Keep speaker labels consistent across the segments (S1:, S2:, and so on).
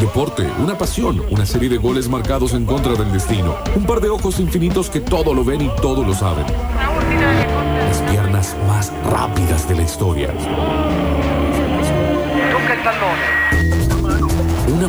S1: deporte, una pasión, una serie de goles marcados en contra del destino, un par de ojos infinitos que todo lo ven y todo lo saben. Las piernas más rápidas de la historia. Una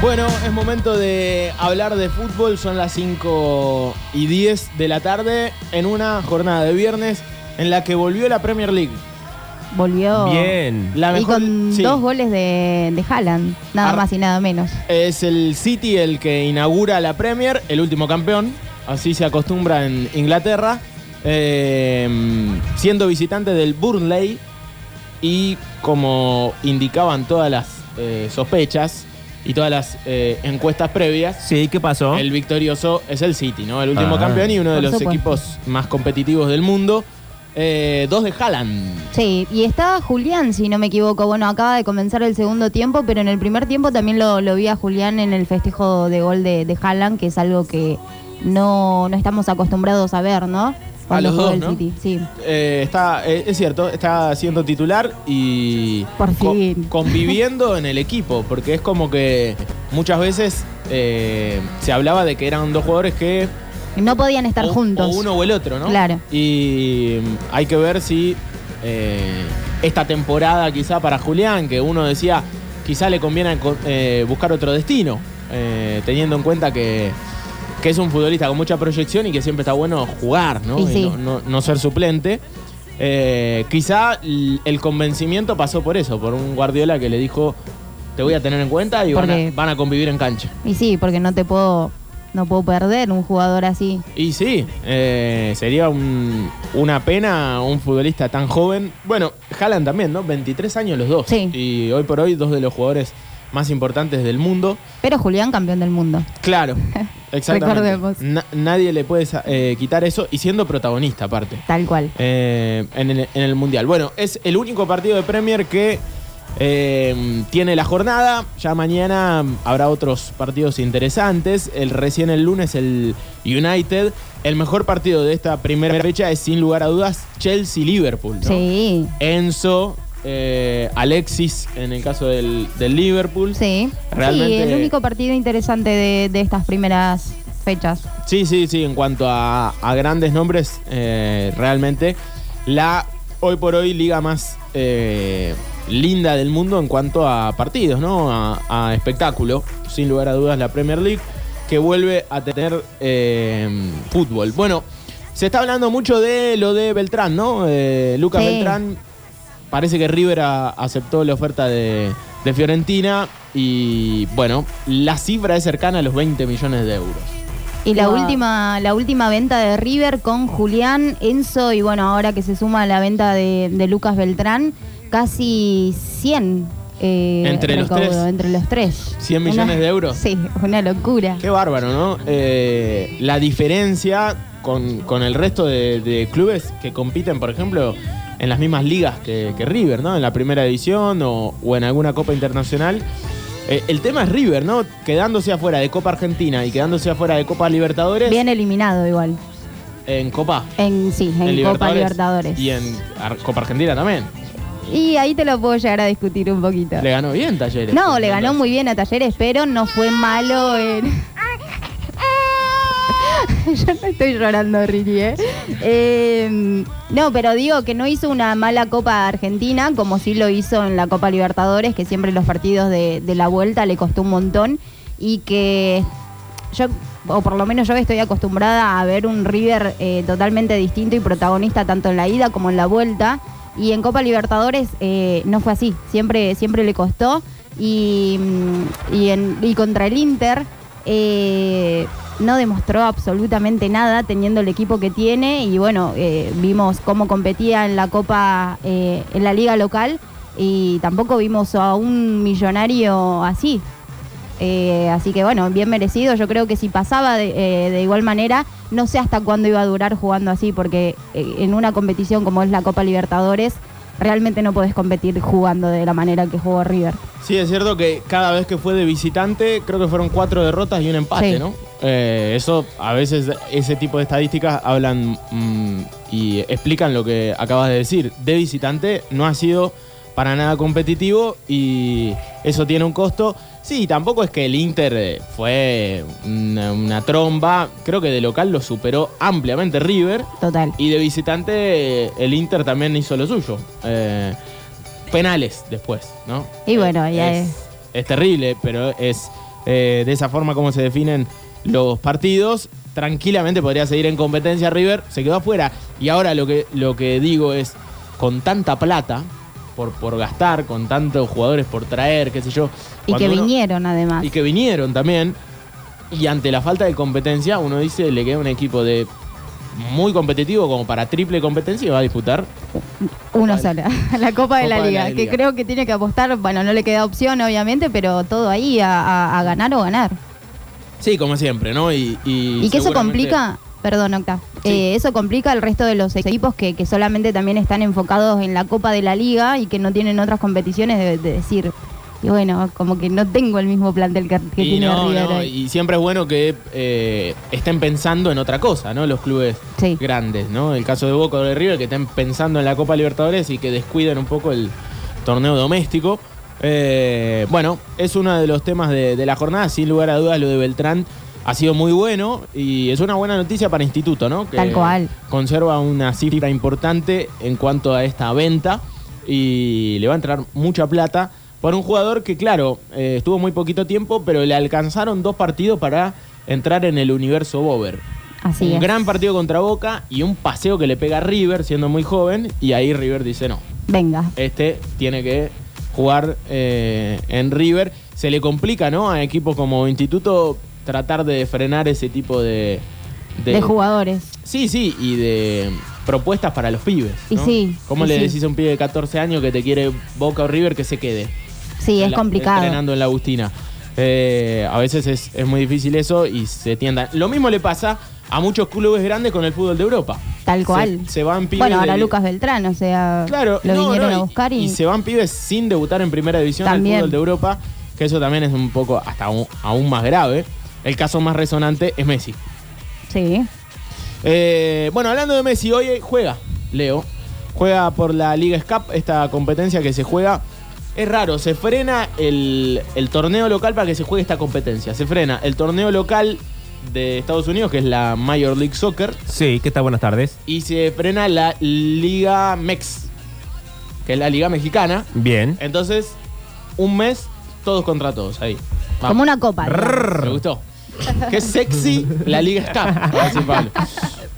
S2: Bueno, es momento de hablar de fútbol. Son las 5 y 10 de la tarde en una jornada de viernes en la que volvió la Premier League.
S3: Volvió.
S4: Bien.
S2: La
S3: y
S2: mejor
S3: con
S2: sí,
S3: dos goles de, de Haaland, nada
S2: Ar-
S3: más y nada menos.
S2: es el City el que inaugura la Premier, el último campeón. Así se acostumbra en Inglaterra. eh, siendo visitante del Burnley y como indicaban todas las eh, sospechas y todas las eh, encuestas previas,
S4: Sí, ¿qué pasó?
S2: El victorioso es el City, ¿no? El último
S4: Ah.
S2: campeón y uno de
S3: Por
S2: los
S3: supuesto.
S2: equipos más competitivos del mundo. Eh, dos de Haaland.
S3: Sí, y está Julián, si no me equivoco. Bueno, acaba de comenzar el segundo tiempo, pero en el primer tiempo también lo, lo vi a Julián en el festejo de gol de, de Haaland, que es algo que no, no estamos acostumbrados a ver, ¿no? Cuando
S2: los
S3: juega
S2: dos,
S3: el
S2: ¿no?
S3: City, sí.
S2: Eh, está, eh, es cierto, está siendo titular y
S3: Por
S2: co-
S3: fin.
S2: conviviendo en el equipo, porque es como que muchas veces eh, se hablaba de que eran dos jugadores que
S3: No podían estar
S2: o-
S3: juntos.
S2: O uno o el otro, ¿no?
S3: Claro.
S2: Y mm, hay que ver si eh, esta temporada quizá para Julián, que uno decía, quizá le conviene enco- eh, buscar otro destino, eh, teniendo en cuenta que, que es un futbolista con mucha proyección y que siempre está bueno jugar, ¿no?
S3: Y sí.
S2: no, no- no ser suplente. Eh, quizá l- el convencimiento pasó por eso, por un Guardiola que le dijo, te voy a tener en cuenta y van a-
S3: Porque-
S2: van a convivir en cancha.
S3: Y sí, porque no te puedo, no puedo perder un jugador así.
S2: Y sí, eh, sería un- una pena un futbolista tan joven. Bueno, Haaland también, ¿no? 23 años los dos.
S3: Sí.
S2: Y hoy por hoy dos de los jugadores más importantes del mundo.
S3: Pero Julián, campeón del mundo.
S2: Claro,
S3: Recordemos.
S2: exactamente. Na- nadie le puede sa- eh, quitar eso y siendo protagonista aparte
S3: Tal cual.
S2: eh, en, el, en el Mundial. Bueno, es el único partido de Premier que eh, tiene la jornada. Ya mañana habrá otros partidos interesantes. El recién el lunes el United. El mejor partido de esta primera fecha es sin lugar a dudas Chelsea-Liverpool. ¿no?
S3: Sí,
S2: Enzo, eh, Alexis en el caso del, del Liverpool.
S3: sí. Sí,
S2: Realmente-
S3: el único partido interesante de, de estas primeras fechas.
S2: Sí, sí, sí, en cuanto a, a grandes nombres, eh, realmente la hoy por hoy liga más eh, linda del mundo en cuanto a partidos, ¿no? A, a espectáculo, sin lugar a dudas la Premier League, que vuelve a tener eh, fútbol. Bueno, se está hablando mucho de lo de Beltrán, ¿no? Eh, Lucas
S3: Sí.
S2: Beltrán, parece que River a- aceptó la oferta de, de Fiorentina y bueno, la cifra es cercana a los 20 millones de euros.
S3: Y la
S5: Wow.
S3: última, la última venta de River con Julián, Enzo y bueno, ahora que se suma la venta de, de Lucas Beltrán, casi 100 eh,
S2: Entre los tres.
S3: entre los tres.
S2: 100 millones
S3: Una-
S2: de euros.
S3: Sí, una locura.
S2: Qué bárbaro, ¿no? Eh, la diferencia con, con el resto de, de clubes que compiten, por ejemplo, en las mismas ligas que, que River, ¿no? En la primera división o, o en alguna Copa Internacional. Eh, el tema es River, ¿no? Quedándose afuera de Copa Argentina y quedándose afuera de Copa Libertadores.
S3: Bien eliminado igual.
S2: En Copa.
S3: En sí, en, Copa Libertadores.
S2: Y en Ar- Copa Argentina también.
S3: Y ahí te lo puedo llegar a discutir un poquito.
S2: Le ganó bien Talleres.
S3: No, le ganó muy bien a Talleres, pero no fue malo en. Yo no estoy llorando, Rini, ¿eh? Eh, No, pero digo que no hizo una mala Copa Argentina, como sí lo hizo en la Copa Libertadores, que siempre los partidos de, de la vuelta le costó un montón. Y que yo, o por lo menos yo estoy acostumbrada a ver un River eh, totalmente distinto y protagonista tanto en la ida como en la vuelta. Y en Copa Libertadores eh, no fue así, siempre, siempre le costó. Y, mm, y, en- y contra el Inter eh, no demostró absolutamente nada teniendo el equipo que tiene. Y bueno, eh, vimos cómo competía en la Copa, eh, en la liga local. Y tampoco vimos a un millonario así. Eh, así que bueno, bien merecido. Yo creo que si pasaba de, eh, de igual manera, no sé hasta cuándo iba a durar jugando así, porque eh, en una competición como es la Copa Libertadores, realmente no podés competir jugando de la manera que jugó River.
S2: Sí, es cierto que cada vez que fue de visitante, creo que fueron cuatro derrotas y un empate,
S3: Sí.
S2: ¿no? Eh, eso, a veces, ese tipo de estadísticas hablan mm, y explican lo que acabas de decir. De visitante no ha sido para nada competitivo y eso tiene un costo. Sí, tampoco es que el Inter eh, fue una, una tromba. Creo que de local lo superó ampliamente River.
S3: Total.
S2: Y de visitante, eh, el Inter también hizo lo suyo. Eh, penales después, ¿no?
S3: Y bueno,
S2: Eh,
S3: ya
S2: es,
S3: es.
S2: es terrible, pero es eh, de esa forma como se definen los partidos. Tranquilamente podría seguir en competencia River, se quedó afuera. Y ahora lo que, lo que digo es, con tanta plata por, por gastar, con tantos jugadores por traer, qué sé yo.
S3: Y
S2: cuando
S3: que
S2: uno-
S3: vinieron además.
S2: y que vinieron también. Y ante la falta de competencia, uno dice, le queda un equipo de muy competitivo como para triple competencia y va a disputar.
S3: Uno
S2: Copa
S3: sola, la Copa de la
S2: Copa de
S3: Liga,
S2: la
S3: que
S2: Liga.
S3: creo que tiene que apostar, bueno, no le queda opción obviamente, pero todo ahí a, a- a ganar o ganar.
S2: Sí, como siempre, ¿no? Y, y,
S3: Y, que eso
S2: seguramente-
S3: complica, perdón Octa,
S2: Sí.
S3: eh, eso complica al resto de los equipos que, que solamente también están enfocados en la Copa de la Liga y que no tienen otras competiciones de, de decir, y bueno, como que no tengo el mismo plantel que, que
S2: y
S3: tiene
S2: no,
S3: River.
S2: no,
S3: hoy.
S2: y siempre es bueno que eh, estén pensando en otra cosa, ¿no? Los clubes
S3: Sí.
S2: grandes, ¿no? El caso de Boca o de River, que estén pensando en la Copa Libertadores y que descuiden un poco el torneo doméstico. Eh, bueno, es uno de los temas de, de la jornada, sin lugar a dudas, lo de Beltrán ha sido muy bueno y es una buena noticia para Instituto, ¿no? Que
S3: Tal cual.
S2: Conserva una cifra importante en cuanto a esta venta y le va a entrar mucha plata por un jugador que, claro, eh, estuvo muy poquito tiempo, pero le alcanzaron dos partidos para entrar en el universo Bober
S3: Así
S2: un
S3: es.
S2: gran partido contra Boca y un paseo que le pega a River siendo muy joven y ahí River dice no,
S3: Venga.
S2: este tiene que jugar eh, en River. Se le complica, ¿no? A equipos como Instituto tratar de frenar ese tipo de...
S3: De, jugadores.
S2: Sí, sí, y de propuestas para los pibes.
S3: Y
S2: ¿no?
S3: sí,
S2: ¿Cómo
S3: y
S2: le
S3: sí.
S2: decís a un pibe de 14 años que te quiere Boca o River que se quede?
S3: Sí, es
S2: la-
S3: complicado.
S2: Entrenando en la Agustina. Eh, a veces es, es muy difícil eso y se tiendan. Lo mismo le pasa a muchos clubes grandes con el fútbol de Europa.
S3: Tal cual.
S2: Se, se van pibes.
S3: Bueno, ahora
S2: de-
S3: Lucas Beltrán, o sea,
S2: Claro,
S3: lo
S2: no,
S3: vinieron
S2: no,
S3: a buscar y,
S2: se van pibes sin debutar en primera división
S3: También.
S2: del fútbol de Europa, que eso también es un poco hasta aún, aún más grave. El caso más resonante es Messi.
S3: sí.
S2: Eh, bueno, hablando de Messi, hoy juega, Leo. Juega por la Liga SCAP, esta competencia que se juega. Es raro, se frena el, el torneo local para que se juegue esta competencia. Se frena el torneo local de Estados Unidos, que es la Major League Soccer,
S4: Sí, ¿qué tal? Buenas tardes.
S2: y se frena la Liga MEX, que es la Liga Mexicana.
S4: Bien.
S2: Entonces, un mes, todos contra todos, ahí. Vamos.
S3: Como una copa. digamos.
S2: Me gustó. Qué sexy la Liga SCAP. va a decir Pablo.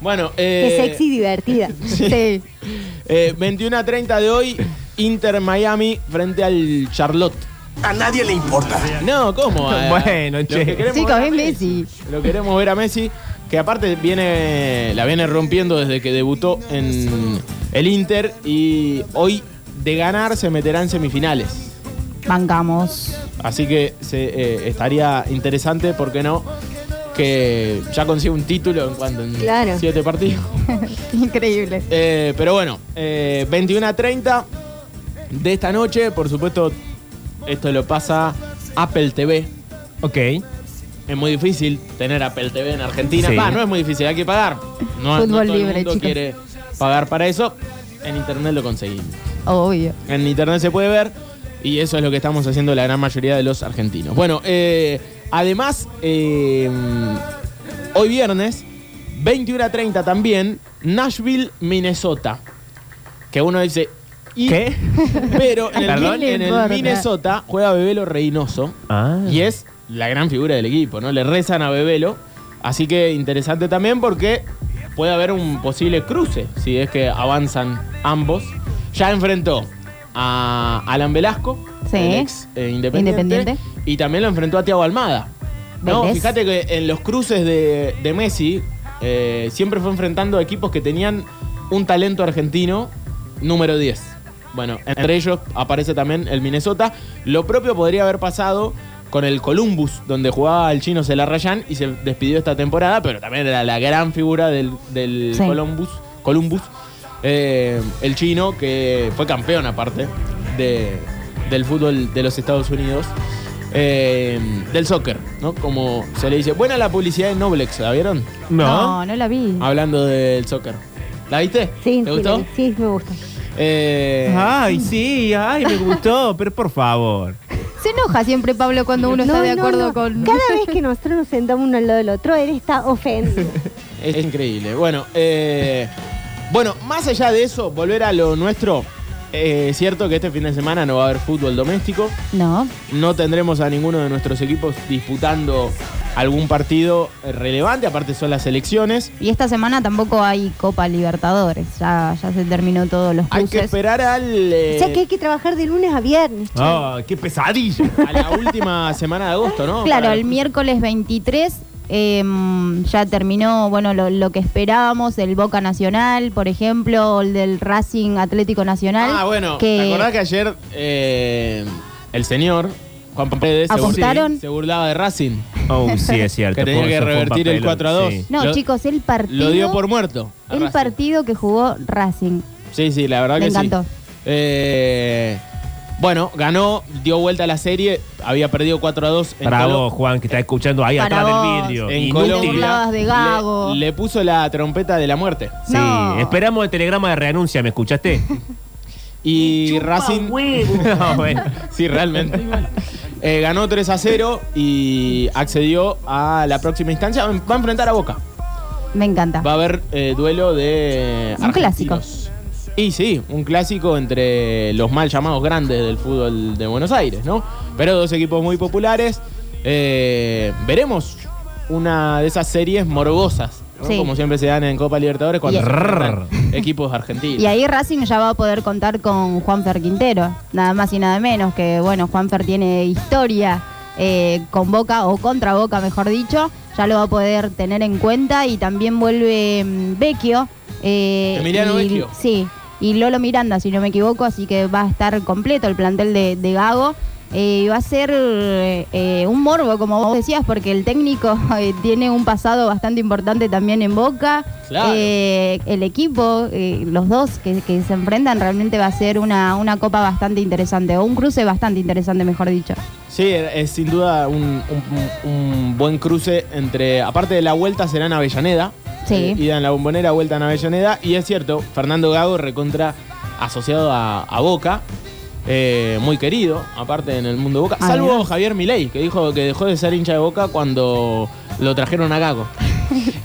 S2: Bueno, eh,
S5: Qué sexy y divertida.
S3: Sí.
S2: Eh, 21 a 30 de hoy, Inter Miami frente al Charlotte.
S6: A nadie le importa.
S2: No, ¿cómo? Eh,
S4: Bueno,
S2: lo
S4: che.
S2: que queremos
S3: Chicos,
S2: ver a
S3: es Messi.
S2: Lo queremos ver a Messi, que aparte viene, la viene rompiendo desde que debutó en el Inter y hoy de ganar se meterá en semifinales.
S3: Bancamos.
S2: Así que se, eh, estaría interesante, ¿por qué no? Que ya consiga un título en cuanto en
S5: Claro.
S2: siete partidos.
S3: Increíble.
S2: Eh, pero bueno, eh, 21 a 30 de esta noche. Por supuesto, esto lo pasa Apple TV.
S4: Ok.
S2: Es muy difícil tener Apple TV en Argentina.
S4: Sí.
S2: Va, no es muy difícil, hay que pagar. No, no
S3: Fútbol
S2: todo el
S3: libre,
S2: mundo
S3: chicos.
S2: quiere pagar para eso. En internet lo conseguimos.
S3: Obvio.
S2: En internet se puede ver y eso es lo que estamos haciendo la gran mayoría de los argentinos. Bueno, eh, además, eh, hoy viernes, 21 a 30 también, Nashville, Minnesota. Que uno dice... ¿y?
S4: ¿Qué?
S2: Pero en
S3: ¿A
S2: el,
S3: quién
S2: Min-
S3: le
S2: en el
S3: importa?
S2: Minnesota juega Bebelo Reynoso
S4: Ah.
S2: y es la gran figura del equipo, ¿no? Le rezan a Bebelo. Así que interesante también porque puede haber un posible cruce si es que avanzan ambos. Ya enfrentó a Alan Velasco,
S3: Sí.
S2: el ex eh, independiente,
S3: Independiente.
S2: y también lo enfrentó a Tiago Almada. No,
S3: ¿Ves?
S2: fíjate que en los cruces de, de Messi eh, siempre fue enfrentando a equipos que tenían un talento argentino número 10. Bueno, entre ellos aparece también el Minnesota. Lo propio podría haber pasado con el Columbus, donde jugaba el chino Celarrayán y se despidió esta temporada, pero también era la gran figura del, del
S3: Sí.
S2: Columbus, Columbus eh, el chino, que fue campeón aparte de- del fútbol de los Estados Unidos, eh, del soccer, ¿no? Como se le dice. Buena la publicidad de Noblex, ¿la vieron?
S3: No, no la vi.
S2: Hablando del soccer. ¿La viste?
S4: Sí,
S2: Ah, ¿Te
S4: sí,
S2: gustó?
S4: la- sí, me gusta.
S2: Eh,
S5: Ay, sí, ay, me gustó, pero por favor.
S3: Se enoja siempre Pablo cuando uno está
S4: No,
S3: de
S4: no,
S3: acuerdo
S4: no.
S3: con.
S4: Cada vez que nosotros nos sentamos uno al lado del otro, él está ofendido.
S2: Es increíble. Bueno, eh, bueno, más allá de eso, volver a lo nuestro. eh, es cierto que este fin de semana no va a haber fútbol doméstico.
S3: No,
S2: No tendremos a ninguno de nuestros equipos disputando algún partido relevante. Aparte son las elecciones.
S3: y esta semana tampoco hay Copa Libertadores. Ya, ya se terminó todos los
S2: Hay que
S3: cruces.
S2: esperar al, eh,
S4: O sea que hay que trabajar de lunes a viernes.
S5: Ah, qué pesadilla.
S2: a la última semana de agosto, ¿no?
S3: Claro,
S2: Para-
S3: el miércoles 23 em, ya terminó, bueno, lo, lo que esperábamos, el Boca Nacional, por ejemplo, o el del Racing Atlético Nacional.
S2: Ah, bueno, ¿te acordás que ayer eh, el señor Juan Paredes se, bur-
S3: ¿Apostaron?
S2: se burlaba de Racing?
S5: Oh, sí, es cierto.
S2: Que tenía
S5: fue-
S2: que
S5: fue un
S2: revertir el
S5: papelón,
S2: 4 a 2.
S5: sí.
S3: No,
S2: Lo-
S3: chicos, el partido.
S2: Lo dio por muerto. a
S3: El
S2: Racing.
S3: partido que jugó Racing.
S2: Sí, sí, la verdad
S3: Me
S2: que
S3: encantó.
S2: sí. Eh, bueno, ganó, dio vuelta a la serie, había perdido 4 a 2 en
S5: Para
S2: Colo-
S5: vos, Juan, que está escuchando ahí
S3: Para
S5: atrás
S3: vos.
S5: del vídeo.
S2: en
S5: Inútil.
S2: Colombia.
S3: burlabas de Gago.
S2: Le, le puso la trompeta de la muerte.
S5: Sí,
S3: No.
S5: esperamos el telegrama de reanuncia, ¿me escuchaste?
S2: Y Racing.
S6: Ah,
S5: No, bueno.
S2: Sí, realmente. Eh, ganó 3 a 0 y accedió a la próxima instancia. Va a enfrentar a Boca.
S3: Me encanta.
S2: Va a haber eh, duelo de.
S3: Un clásico.
S2: argentinos. Y sí, un clásico entre los mal llamados grandes del fútbol de Buenos Aires, ¿no? Pero dos equipos muy populares. Eh, veremos una de esas series morbosas, ¿no?
S3: Sí.
S2: como siempre se dan en Copa Libertadores cuando
S3: Y-
S2: se enfrentan equipos argentinos.
S3: Y ahí Racing ya va a poder contar con Juanfer Quintero, nada más y nada menos, que bueno, Juanfer tiene historia eh, con Boca o contra Boca, mejor dicho, ya lo va a poder tener en cuenta y también vuelve mm, Vecchio. eh,
S2: Emiliano
S3: y-
S2: Vecchio.
S3: Sí, y Lolo Miranda, si no me equivoco, así que va a estar completo el plantel de, de Gago. Eh, y va a ser eh, un morbo, como vos decías, porque el técnico eh, tiene un pasado bastante importante también en Boca.
S2: Claro.
S3: Eh, el equipo, eh, los dos que, que se enfrentan, realmente va a ser una, una copa bastante interesante, o un cruce bastante interesante, mejor dicho.
S2: Sí, es sin duda un, un- un buen cruce entre. Aparte de la vuelta, será en Avellaneda.
S3: Sí.
S2: Eh, ida en la bombonera, vuelta en Avellaneda. Y es cierto, Fernando Gago recontra asociado a, a Boca. eh, muy querido, aparte en el mundo de Boca.
S3: Ah,
S2: salvo
S3: mirá.
S2: Javier Milei, que dijo que dejó de ser hincha de Boca cuando lo trajeron a Gago.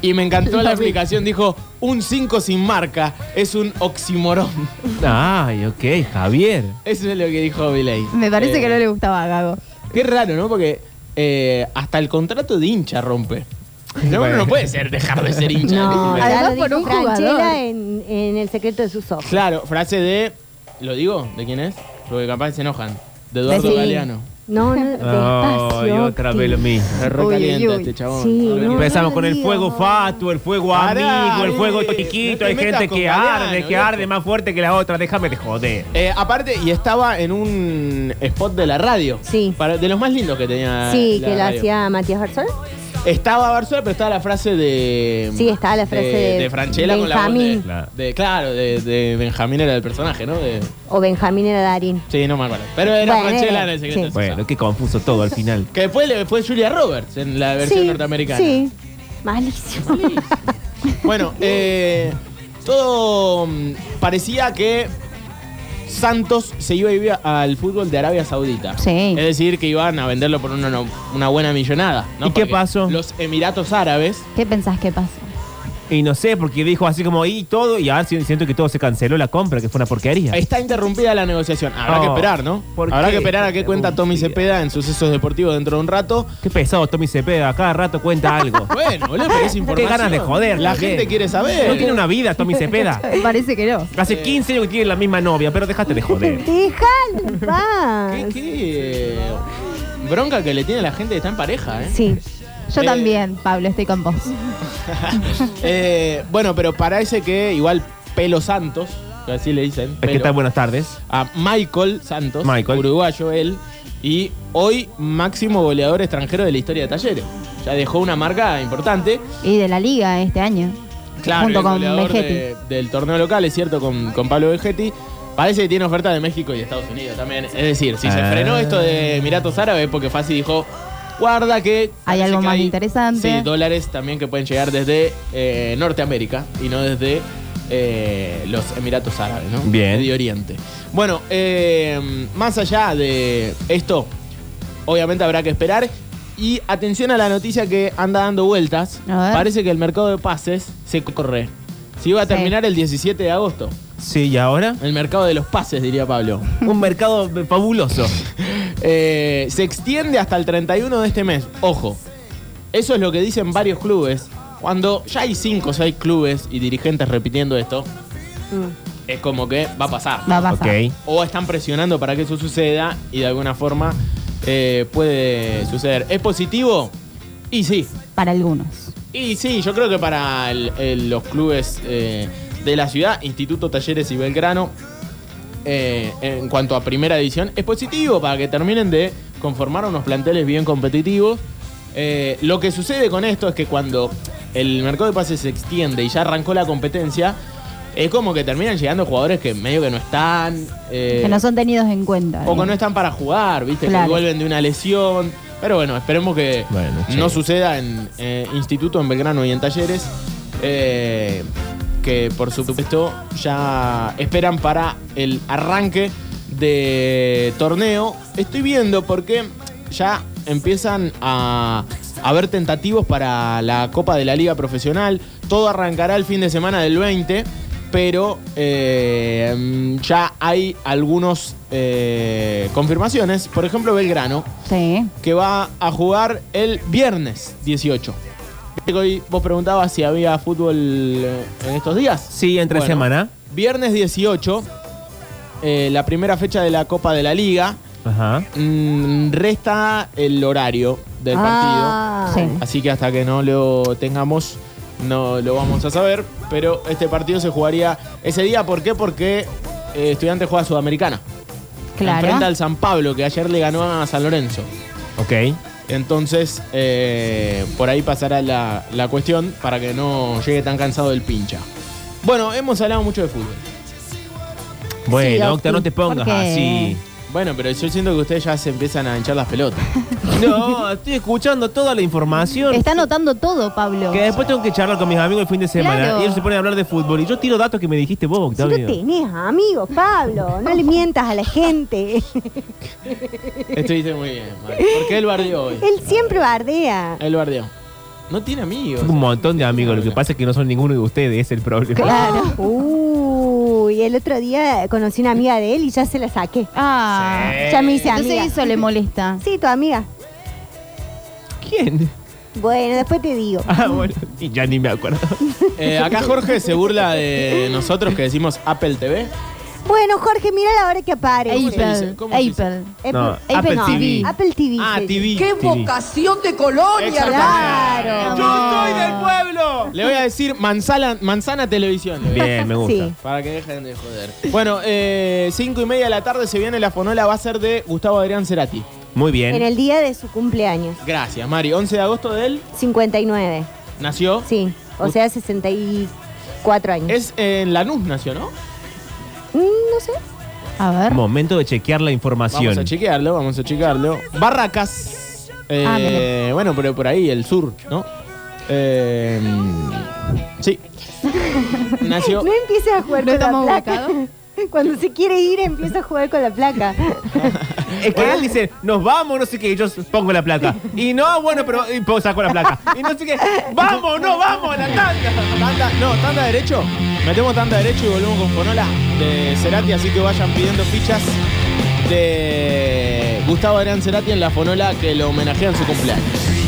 S2: Y me encantó la explicación, dijo, un 5 sin marca es un oximorón.
S5: Ay, ok, Javier.
S2: Eso es lo que dijo Milei.
S3: Me parece
S2: Eh,
S3: que no le gustaba a Gago.
S2: Qué raro, ¿no? Porque eh, hasta el contrato de hincha rompe. No, uno no puede ser dejar de ser hincha.
S4: No,
S2: ¿entendés?
S3: Además,
S4: Ah, ya lo
S3: por
S4: dijo
S3: un jugador.
S4: Franchella en, en El secreto de sus ojos.
S2: Claro, frase de. ¿Lo digo? ¿De quién es? Porque capaz se enojan. De Eduardo
S3: Decí.
S2: Galeano.
S4: No, no,
S5: Ay,
S4: despacio.
S5: otra
S4: que-
S5: vez lo mismo.
S2: Es re
S3: Uy,
S2: caliente
S3: uy, uy.
S2: este chabón.
S4: Sí,
S2: Lo
S4: no.
S2: venimos-
S5: Empezamos con el fuego
S4: no.
S5: fatuo, el fuego
S2: Pará,
S5: amigo, el
S2: eh,
S5: fuego
S2: no te
S5: chiquito. Hay
S2: metas
S5: gente
S2: con
S5: que
S2: Galeano,
S5: arde, que
S2: viejo.
S5: arde más fuerte que la otra. Déjame de joder.
S2: Eh, aparte, y estaba en un spot de la radio.
S4: Sí.
S2: Para- de los más lindos que tenía.
S4: Sí, que lo
S2: la radio.
S4: hacía Matías Garzón.
S2: Estaba Barzola, pero estaba la frase de.
S4: Sí, estaba la frase
S2: de.
S4: de
S2: de Franchella con la voz
S4: Benjamín.
S2: de-
S5: Claro.
S2: de- Claro, de, de Benjamín era el personaje, ¿no? De-
S4: O Benjamín era Darín.
S2: Sí, no me acuerdo. Pero era
S4: Bueno,
S2: Franchella
S4: era-
S2: en el secreto.
S4: sí.
S2: de Susana.
S5: Bueno, qué confuso todo al final.
S2: Que después le fue Julia Roberts en la versión
S4: sí,
S2: norteamericana.
S4: Sí, malísimo.
S2: Bueno, eh, todo mm, parecía que Santos se iba a ir al fútbol de Arabia Saudita.
S3: Sí.
S2: Es decir, que iban a venderlo por una, una buena millonada. ¿no?
S5: ¿Y qué
S2: Porque
S5: pasó?
S2: Los Emiratos Árabes.
S3: ¿Qué pensás que pasa?
S5: Y no sé, porque dijo así como y todo, y ahora sí siento que todo se canceló la compra, que fue una porquería.
S2: Está interrumpida la negociación. Habrá
S5: Oh,
S2: que esperar, ¿no?
S5: ¿por
S2: Habrá
S5: qué?
S2: que esperar a qué cuenta Tommy
S5: Interrumpida.
S2: Cepeda en sucesos deportivos dentro de un rato.
S5: Qué pesado Tommy Cepeda, cada rato cuenta algo.
S2: Bueno, boludo, pero es información.
S5: ganas de joder,
S2: La
S5: también.
S2: gente quiere saber.
S5: No tiene una vida Tommy Cepeda.
S3: Parece que no.
S5: Hace 15 años que tiene la misma novia, pero déjate de joder.
S4: Déjalo en paz.
S2: ¿Qué, qué bronca que le tiene la gente que está en pareja, ¿eh?
S4: Sí.
S3: Yo
S2: Eh,
S3: también, Pablo, estoy con vos.
S2: Eh, bueno, pero parece que igual Pelo Santos, que así le dicen.
S5: ¿Qué
S2: Pelo.
S5: tal? Buenas tardes.
S2: A Michael Santos,
S5: Michael.
S2: uruguayo él, y hoy máximo goleador extranjero de la historia de Talleres. Ya dejó una marca importante.
S3: Y de la liga este año. junto
S2: el
S3: con
S2: goleador
S3: Vegetti.
S2: de- del torneo local, es cierto, con, con Pablo Vegetti. Parece que tiene oferta de México y Estados Unidos también. Es decir, si se
S3: Eh.
S5: Ah.
S2: frenó esto de Emiratos Árabes, porque Fassi dijo, guarda que...
S3: Hay
S2: parece
S3: algo
S2: que
S3: más interesante.
S2: Sí, dólares también que pueden llegar desde eh, Norteamérica y no desde eh, los Emiratos Árabes, ¿no?
S5: Bien.
S2: Medio Oriente. Bueno, eh, más allá de esto, obviamente habrá que esperar. Y atención a la noticia que anda dando vueltas.
S3: A ver.
S2: Parece que el mercado de pases se corre. Se iba a
S3: Sí.
S2: terminar el 17 de agosto.
S5: Sí, ¿y ahora?
S2: El mercado de los pases, diría Pablo.
S5: Un mercado fabuloso.
S2: Eh, se extiende hasta el 31 de este mes. Ojo, eso es lo que dicen varios clubes. Cuando ya hay 5 o 6 clubes y dirigentes repitiendo esto, es como que va a pasar.
S3: Va a pasar.
S5: ok.
S2: O están presionando para que eso suceda y de alguna forma eh, puede suceder. ¿Es positivo? Y sí.
S3: Para algunos.
S2: Y sí, yo creo que para el- el- los clubes eh, de la ciudad, Instituto Talleres y Belgrano, eh, en cuanto a primera división, es positivo para que terminen de conformar unos planteles bien competitivos. Eh, lo que sucede con esto es que cuando el mercado de pases se extiende y ya arrancó la competencia, es como que terminan llegando jugadores que medio que no están. eh,
S3: que no son tenidos en cuenta.
S2: o que
S3: eh.
S2: no están para jugar, ¿viste? Que
S3: Claro.
S2: vuelven de una lesión. Pero bueno, esperemos que
S5: Bueno,
S2: no
S5: sí.
S2: suceda en eh, Instituto, en Belgrano y en Talleres. eh, que por supuesto ya esperan para el arranque de torneo. Estoy viendo porque ya empiezan a a haber tentativos para la Copa de la Liga Profesional. Todo arrancará el fin de semana del 20 pero eh, ya hay algunas confirmaciones. Por ejemplo, Belgrano,
S3: Sí.
S2: que va a jugar el viernes 18. Viste que Hoy vos preguntabas si había fútbol eh, en estos días.
S5: Sí, entre
S2: Bueno,
S5: semana.
S2: Viernes 18, eh, la primera fecha de la Copa de la Liga.
S5: Ajá.
S2: Mm, resta el horario del
S4: Ah.
S2: partido.
S3: Sí.
S2: Así que hasta que no lo tengamos, no lo vamos a saber. Pero este partido se jugaría ese día. ¿Por qué? Porque eh, Estudiante juega Sudamericana.
S3: Claro.
S2: Enfrenta al San Pablo, que ayer le ganó a San Lorenzo.
S5: Ok.
S2: Entonces, eh, por ahí pasará la, la cuestión para que no llegue tan cansado el pincha. Bueno, hemos hablado mucho de fútbol.
S5: Bueno,
S3: Sí,
S5: Octa, no te pongas
S3: porque-
S5: así.
S2: Bueno, pero yo siento que ustedes ya se empiezan a hinchar las pelotas.
S5: No, estoy escuchando toda la información.
S3: Está anotando todo, Pablo.
S5: Que después tengo que charlar con mis amigos el fin de semana.
S3: Claro.
S5: Y ellos se ponen a hablar de fútbol. Y yo tiro datos que me dijiste vos,
S4: Si no
S5: Octavio.
S4: tenés amigos, Pablo, no le mientas a la gente.
S2: Estuviste muy bien, Mari. ¿Por qué él bardeó hoy?
S4: Él siempre bardea.
S2: Él bardeó. No tiene amigos.
S5: Tengo un montón de amigos. Lo que pasa es que no son ninguno de ustedes, es el problema.
S4: Claro. Uy, el otro día conocí una amiga de él y ya se la saqué.
S3: Ah.
S4: Ya me hice
S3: Entonces
S4: amiga.
S3: eso le molesta.
S4: Sí, tu amiga.
S5: ¿Quién?
S4: Bueno, después te digo.
S5: Ah, bueno. Y ya ni me acuerdo.
S2: Eh, acá Jorge se burla de nosotros que decimos Apple TV.
S4: Bueno, Jorge, mira la hora que aparece.
S2: se dice?
S3: Apple.
S2: ¿Cómo se dice?
S3: Apple.
S4: Apple,
S5: No, Apple
S4: no,
S5: TV.
S4: Apple TV.
S2: Ah,
S4: se
S2: TV.
S6: ¡Qué
S5: Sí.
S6: vocación de colonia!
S4: Claro.
S5: ¡Yo soy del pueblo!
S2: Le voy a decir manzana, manzana televisión. le voy a decir,
S5: Bien, me gusta.
S4: Sí.
S2: Para que dejen de joder. Bueno, eh, cinco y media de la tarde se viene la fonola, va a ser de Gustavo Adrián Cerati.
S5: Muy bien.
S4: En el día de su cumpleaños,
S2: Gracias, Mari. 11 de agosto de él
S4: 59.
S2: nació.
S4: Sí, o sea, 64 años.
S2: Es en Lanús nació, ¿no?
S4: Mm, no sé.
S3: A ver.
S5: Momento de chequear la
S2: Vamos
S5: información.
S2: a chequearlo, vamos a chequearlo. Barracas. Eh,
S3: Ah, mira.
S2: bueno, pero por ahí, el sur, ¿no? Eh, sí. Nació.
S4: No empieces a jugar
S3: ¿No
S4: con la
S3: estamos
S4: placa. Cuando se quiere ir, empieza a jugar con la placa.
S5: Es que él dice, nos vamos, no sé qué, y yo pongo la placa. Y no, "Ah, bueno, pero y pongo- saco la placa. Y no sé qué, vamos, no, vamos, la tanda.
S2: Tanda- no, tanda derecho. Metemos tanda derecho y volvemos con Fonola de Cerati, así que vayan pidiendo fichas de Gustavo Adrián Cerati en la Fonola que lo homenajea en su cumpleaños.